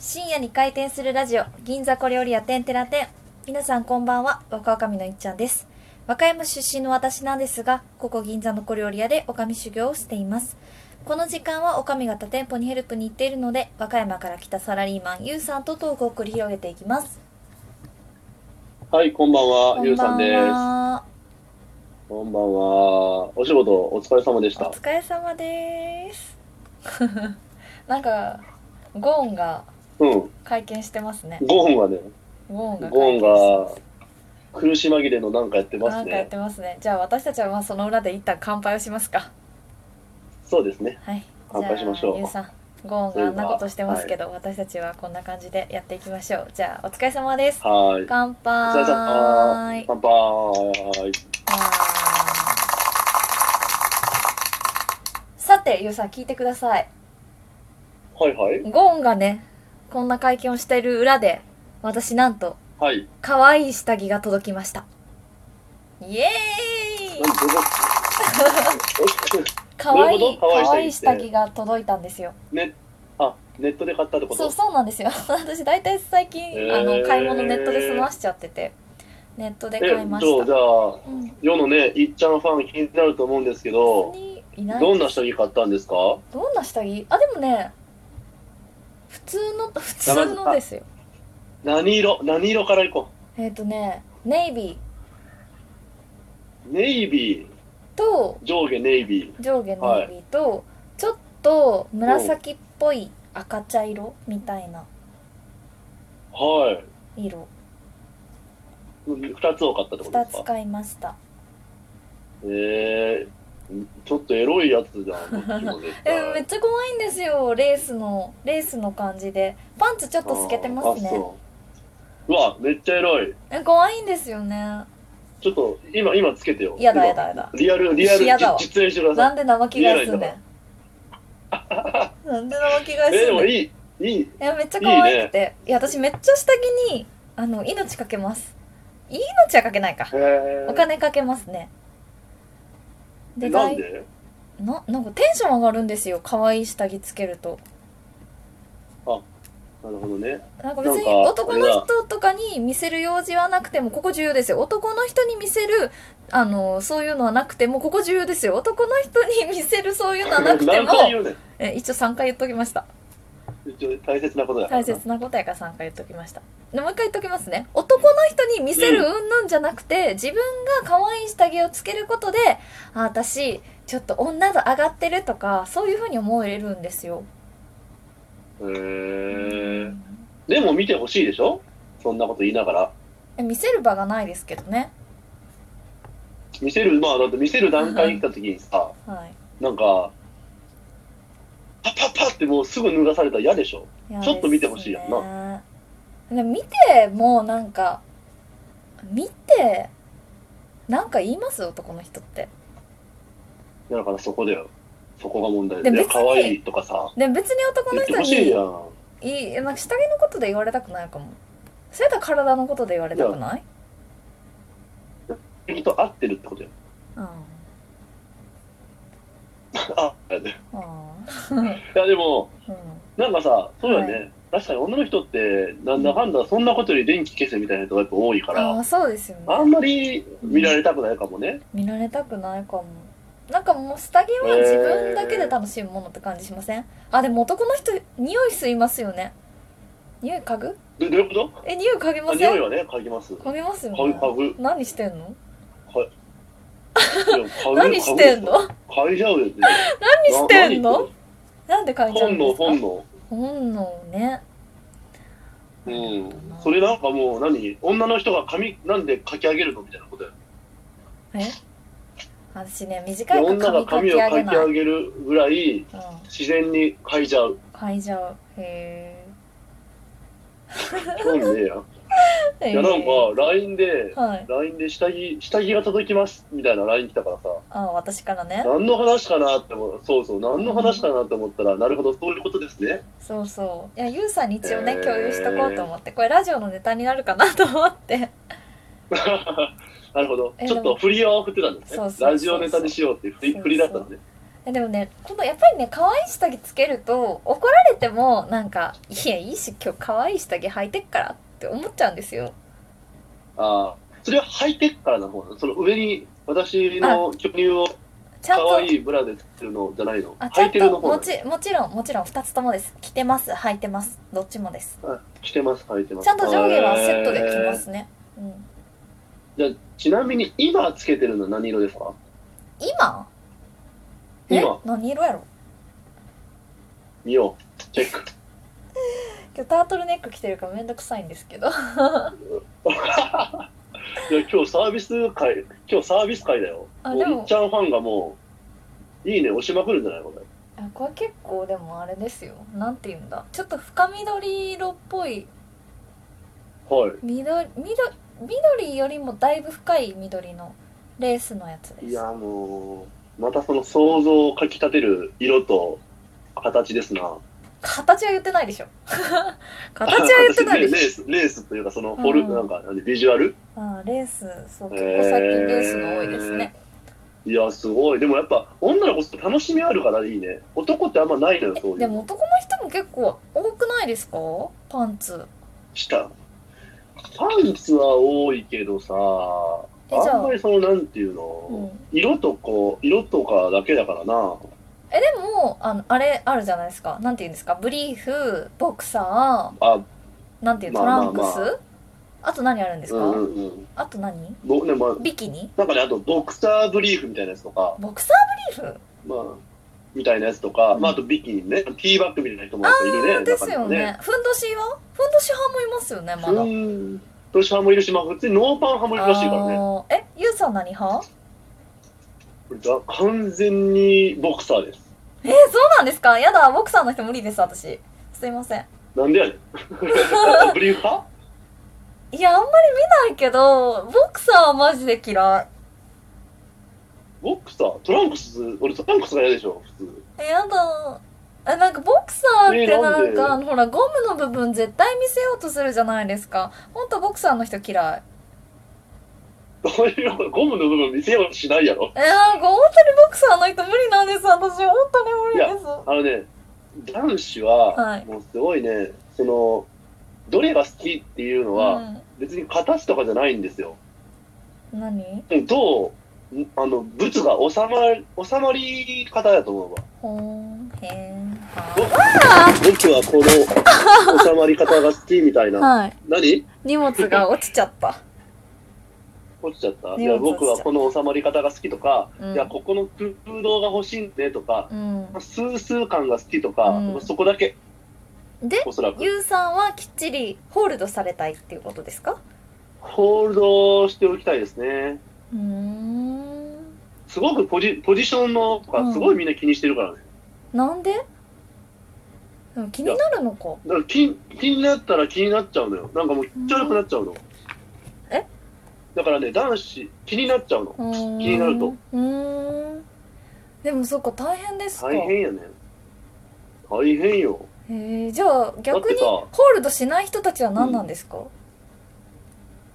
深夜に開店するラジオ銀座小料理屋店テラ店皆さんこんばんは若女将のいっちゃんです和歌山出身の私なんですがここ銀座の小料理屋で女将修行をしていますこの時間は女将が他店舗にヘルプに行っているので和歌山から来たサラリーマンゆうさんとトークを繰り広げていきますはい、こんばんは、こゆんうさばんんです。はこんばんは。お仕事お疲れ様でしおた。疲れ様です なんかゴーンがうん。会見してますねゴーンがね、ゴーンがゴー会見してンますが苦し紛れのなんかやってますなんかやっね。てますね。じゃあ私たちはまあその裏で一旦乾杯をしますか。そうですね。はい。乾杯しましょじゃうあゆうさん、ゴーンがあんなことしてますけど、私たちはこんな感じでやっていきましょう。じゃあお疲れ様です。はーい。乾お杯。疲れ様は。乾杯。いさてゆうさん聞いてください。はいはい。ゴーンがね、こんな会見をしている裏で、私なんとはい。可愛い下着が届きました。イエーイ なん。どこ可愛いどういうこと可可愛愛いい下下着って着が届いたんですよ。ね、あ、ネットで買ったってこそうとそうなんですよ 私大体最近、へーあの買い物ネットで済ましちゃっててネットでえ、買いまじゃしあ、じたゃあ、うん世のね、いっちゃんファン気になると思うんですけ別ど、にいないどんな下着買ったんですかどんな下着あでもね普通の普通のですよ何色何色からいこえっ、とねネイビう。ネイビー。ーと上下ネイビー。上下ネイビーと、ちょっと紫っぽい赤茶色みたいなはい。色二つを買ったってこと2ですつか買いましたええちょっとエロいやつじゃん、こっちも絶え対。 めっちゃ怖いんですよレースのレースの感じでパンツちょっと透けてますあねそううわ、めっちゃエロい。え可愛いんですよねちょっと、今、今つけてよ。やだやだやだ今。リアル、リアル、やだわじ実演してくだなさんで生着替えすんね見えんなんで生着替い。ええですんもねんいいい、いい。やめっちゃ可愛くてい,、や私めっちゃ下着にあの命かけます命はかけないかへえお金かけますねえでなんでななんかテンション上がるんですよ可愛い下着つけるとなるほどね。なんか別になんか男の人とかに見せる用事はなくてもここ重要ですよ男の人に見せるあのそういうのはなくてもここ重要ですよ男の人に見せるそういうの はなくて 何も回言うねんえ一応3回言っときました一応大切なことだから大な。切なことやから3回言っときましたでもう一回言っときますね男の人に見せるうんぬんじゃなくて、自分が可愛い下着をつけることであ私ちょっと女度上がってるとかそういうふうに思えるんですよへえでも見てほしいでしょそんなこと言いながら。え見せる場がないですけどね見せる、まあ、だって見せる段階に来た時にさ、はいなんか、パッパッパッってもうすぐ脱がされたら嫌でしょ嫌ちょっと見てほしいやんなでも見てもうなんか見てなんか言います男の人ってだからそこだよ。そこが問題でだよ。別に可愛いとかさ、でも別に男言のって人ほしいにやん。いいなんか下着のことで言われたくないかもそれと体のことで言われたくない人と合ってるってことよ。うんあ あ、いあやでも、うんなんかさ、そうだよね。は確かに女の人って、なんだかんだ、そんなことより電気消せみたいな人がやっぱ多いかあら、あそうですよねあんまり見られたくないかもね。見られたくないかもなんかもう下着は自分だけで楽しむものって感じしません、あでも男の人匂い吸いますよね匂い嗅ぐどどういうこえ匂い嗅ぎとまあせ匂いんはね、嗅ぎます。嗅ぎますよ嗅ぐ、ね嗅ぐ。何してんのいや嗅ぐ何してんの嗅いじゃうよ。何してんの なんで嗅いじゃう本んで能、すか本能。本能ねうん、それなんかもう何女の人が髪なんでかき上げるのみたいなことや私ね短い髪で女がかき髪上をかげきない、上げるぐらいうん、自然にかいちゃう嗅いじゃうへ興味ねえやえいやなんか LINE ではい LINE で下着下着が届きますみたいな LINE 来たからさあ私からね何の話かなって思うそうそう何の話かなって思ったらなるほどそういうことですねそうそういやゆうさんに一応ねへー共有しとこうと思ってこれラジオのネタになるかなと思ってなるほどえちょっと振りを振ってたんですそうねそうそうそうラジオネタにしようっていう振り振りだったんでえでもねこのやっぱりね可愛い下着つけると怒られてもなんか「いやいいし今日可愛い下着履いてっから」って思っちゃうんですよああ、それは履いてからの方なのその上に私の巨乳をちゃんと可愛いブラでつってるのじゃないのあちゃ履いんてるのと方なものちもちろんもちろん2つともです着てます履いてますどっちもですあ着てます、履いてます。ちゃんと上下はセットで着ますね、うん、えー。じゃあ、ちなみに今つけてるのは何色ですか今え今、何色やろ見よう。チェック。今日タートルネック着てるからめんどくさいんですけど いや今日サービス会、今日サービス会だよ。あもでういもっちゃんファンがもう、いいね押しまくるんじゃないこれ。あこれ結構でもあれですよなんて言うんだちょっと深緑色っぽいはい。緑緑緑よりもだいぶ深い緑のレースのやつですいやもう、またその想像をかきたてる色と形ですな。形は言ってないでしょ 形は言ってないでレー しス、レースというか、そのフォル、うんなんか、ビジュアルょあーレースそう結構最近レースの多いですね、いや、すごい。でもやっぱ、女の子って楽しみあるからいいね。男ってあんまないのよ、そういでう。も男の人も結構多くないですかパンツ下。パンツは多いけどさ、えじゃああんまりその、なんていううんの、色とこう、色とかだけだからな。えでもあのあれあるじゃないですかなんて言うんですかブリーフボクサあ、ーなんていうトまあまラあンクス、あまと何あるんですうか、んうんうん。あと何ぼね、まあ、ビキニなんかね、あと、ボクサーブリーフみたいなやつとか、ボクサーブリーフまあ、みたいなやつとか、うんまあ、あとビキニね、ティーバッグみたいな人もやっぱいるね。ですよ中にはね。ふんどしはふんどし派もいますよね、まだ。うん。どし派もいるし、まあ、普通にノーパン派もいるらしいからね。あーえ、ゆうさん何派これだ完全にボクサーです。えーそうなんですかやだ、ボクサーの人無理です、私。すいません。なんでやねん。 ブリーフ派いや、あんまり見ないけど、ボクサーはマジで嫌い。ボクサートランクス、俺トランクスが嫌でしょ、普通。え、やだ。え、なんかボクサーってえーななんんでか、ほら、ゴムの部分絶対見せようとするじゃないですか。ほんとボクサーの人嫌い。どういう ことゴムの部分見せようとしないやろ。えー、なんか本当にボクサーの人無理なんです、私。本当に無理です。あのね、男子はいは、もうすごいね、その、どれが好きっていうのは、別に形とかじゃないんですよ。うん。何どう、あの、物が収ま、収まり方だと思うわ。ほーん、へーん、はーん。僕はこの収まり方が好きみたい な。はい。何荷物が落ちちゃった。落ちちゃったいねや、落ちち僕ゃったはこの収まり方が好きとか、うんいや、ここの空洞が欲しいんでとか、うん。スースー感が好きとか、うんそこだけ、で、おそらく。ゆうさんはきっちりホールドされたいっていうことですかホールドしておきたいですね。うーん。すごくポジポジションのとうんか、すごいみんな気にしてるからね。なんででも気になるのか。だから気気になったら気になっちゃうのよ。なんかもう、ちょくなっちゃうの。えだからね、男子、気になっちゃうの。うーん。気になると。うーん。でもそっか、大変ですか。大変やね。大変よ。えー、じゃあ逆にだホってールドしない人たちは何なんですか、だ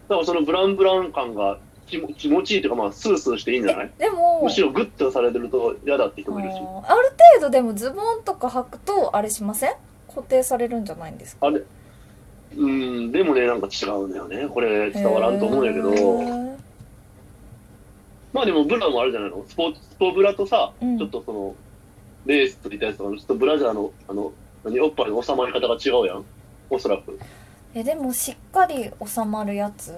からそのブランブラン感が気も気持ちいいというか、まあ、スースーしていいんじゃないえ、でもむ、しろグッとされてると嫌だって人あもいるーし。ある程度でもズボンとか履くと、あれしません固定されるんじゃないんですかあれうん、でもね、なんか違うんだよね。これ伝わらんと思うんやけへど。ーまあでもブラもあるじゃないの。スポスポブラとさ、うんちょっとその、レースといったやつとかの、ちょっとブラジャーの、あの、何、おっぱいの収まり方が違うやん。おそらく。えでもしっかり収まるやつ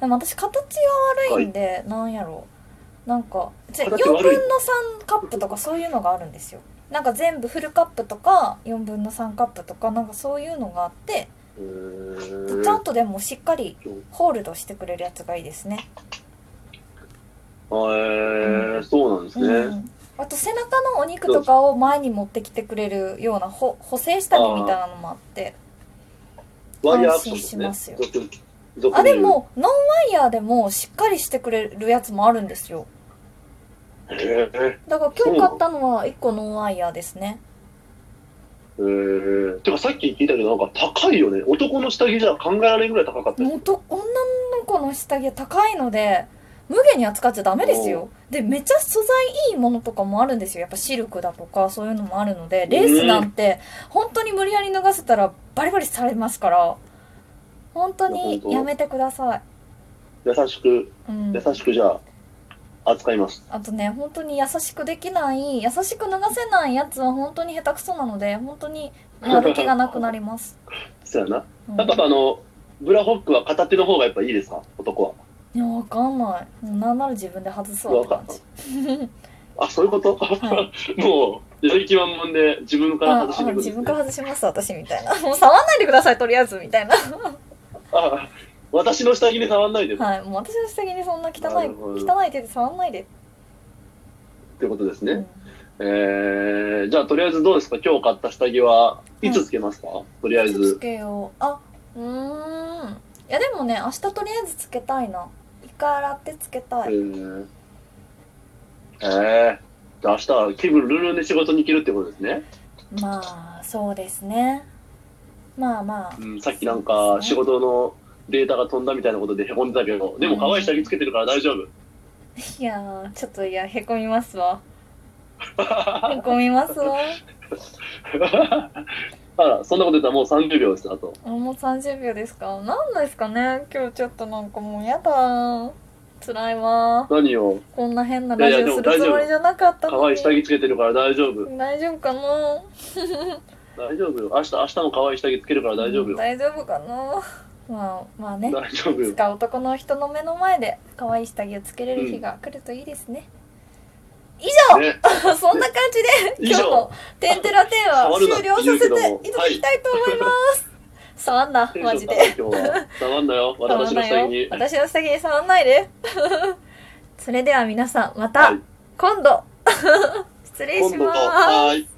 でも私形が悪いんで、なんやろうなんか4分形の悪い3カップとかそういうのがあるんですよなんか全部フルカップとか4分の3カップとかなんかそういうのがあってうーんちゃんとでもしっかりホールドしてくれるやつがいいですね、えー、そうなんですね。うん、あと背中のお肉とかを前に持ってきてくれるようなほ補正下着みたいなのもあってワイヤーアクション安心しますよですね。俗俗あにで言うもノンワイヤーでもしっかりしてくれるやつもあるんですよへえだから今日買ったのは1個ノンワイヤーですねへえてかさっき聞いたけどなんか高いよね男の下着じゃ考えられんぐらい高かったよもうと女の子の下着は高いので無限に扱っちゃダメですよでめっちゃ素材いいものとかもあるんですよやっぱシルクだとかそういうのもあるのでレースなんて本当に無理やり脱がせたらバリバリされますから本当にやめてください、優しく、うん、優しくじゃあ、扱います。あとね本当に優しくできない優しく脱がせないやつは本当に下手くそなので本当にやる気がなくなります、そうやな。うん、やっぱあの、ブラホックは片手の方がやっぱいいですか男は。いやわかんないもうなんなら自分で外すわって感じあ、そういうこと、は もう、やる気満々で自分からあ外してあくるんです、自分ね、から外します私みた いなもう触んないでくださいとりあえずみたいなあ私の下着に触んないでっはいもう私の下着にそんな汚ないるほど汚い手で触んないで、てことですうねん。えー、じゃあ、とりあえずどうですか今日買った下着はいつつけますか、とりあえいつつず。けようあうーんいやでもね明日とりあえずつけたいな一回洗ってつけたえい、ー、えー、じゃあ明日は気分ルンルンで仕事に行けるってことですね。まあそうですねまあまあうん、さっきなんか仕事のデータが飛んだみたいなことでへこんでたけど、でも可愛い下着つけてるから大丈夫。 いやーちょっといやへこみますわへこみますわあら、そんなこと言ったらもう30秒です、あと。あもう30秒ですか何ですかね今日ちょっとなんかもうやだー辛いわー何をこんな変ないやラいやジオするつもりじゃなかった可の愛にい下着つけてるから大丈夫。大丈夫かな大丈夫よ。明日、明日も可愛い下着つけるから大丈夫よ。大丈夫かなまあまあね大丈夫い つよ。か男の人の目の前で可愛い下着をつけれる日が来るといいですね、 ね、そんな感じで以今上日の「テンテラテン」は 触終るな了させ言うてけいどたもだきたいと思います、触んなテンマシジョンで高い今日は。触んなよ。私の触ら下着ないよ に。私の下着に触んないで それでは皆さんまはたい今度 失礼し今度と、ますはーい。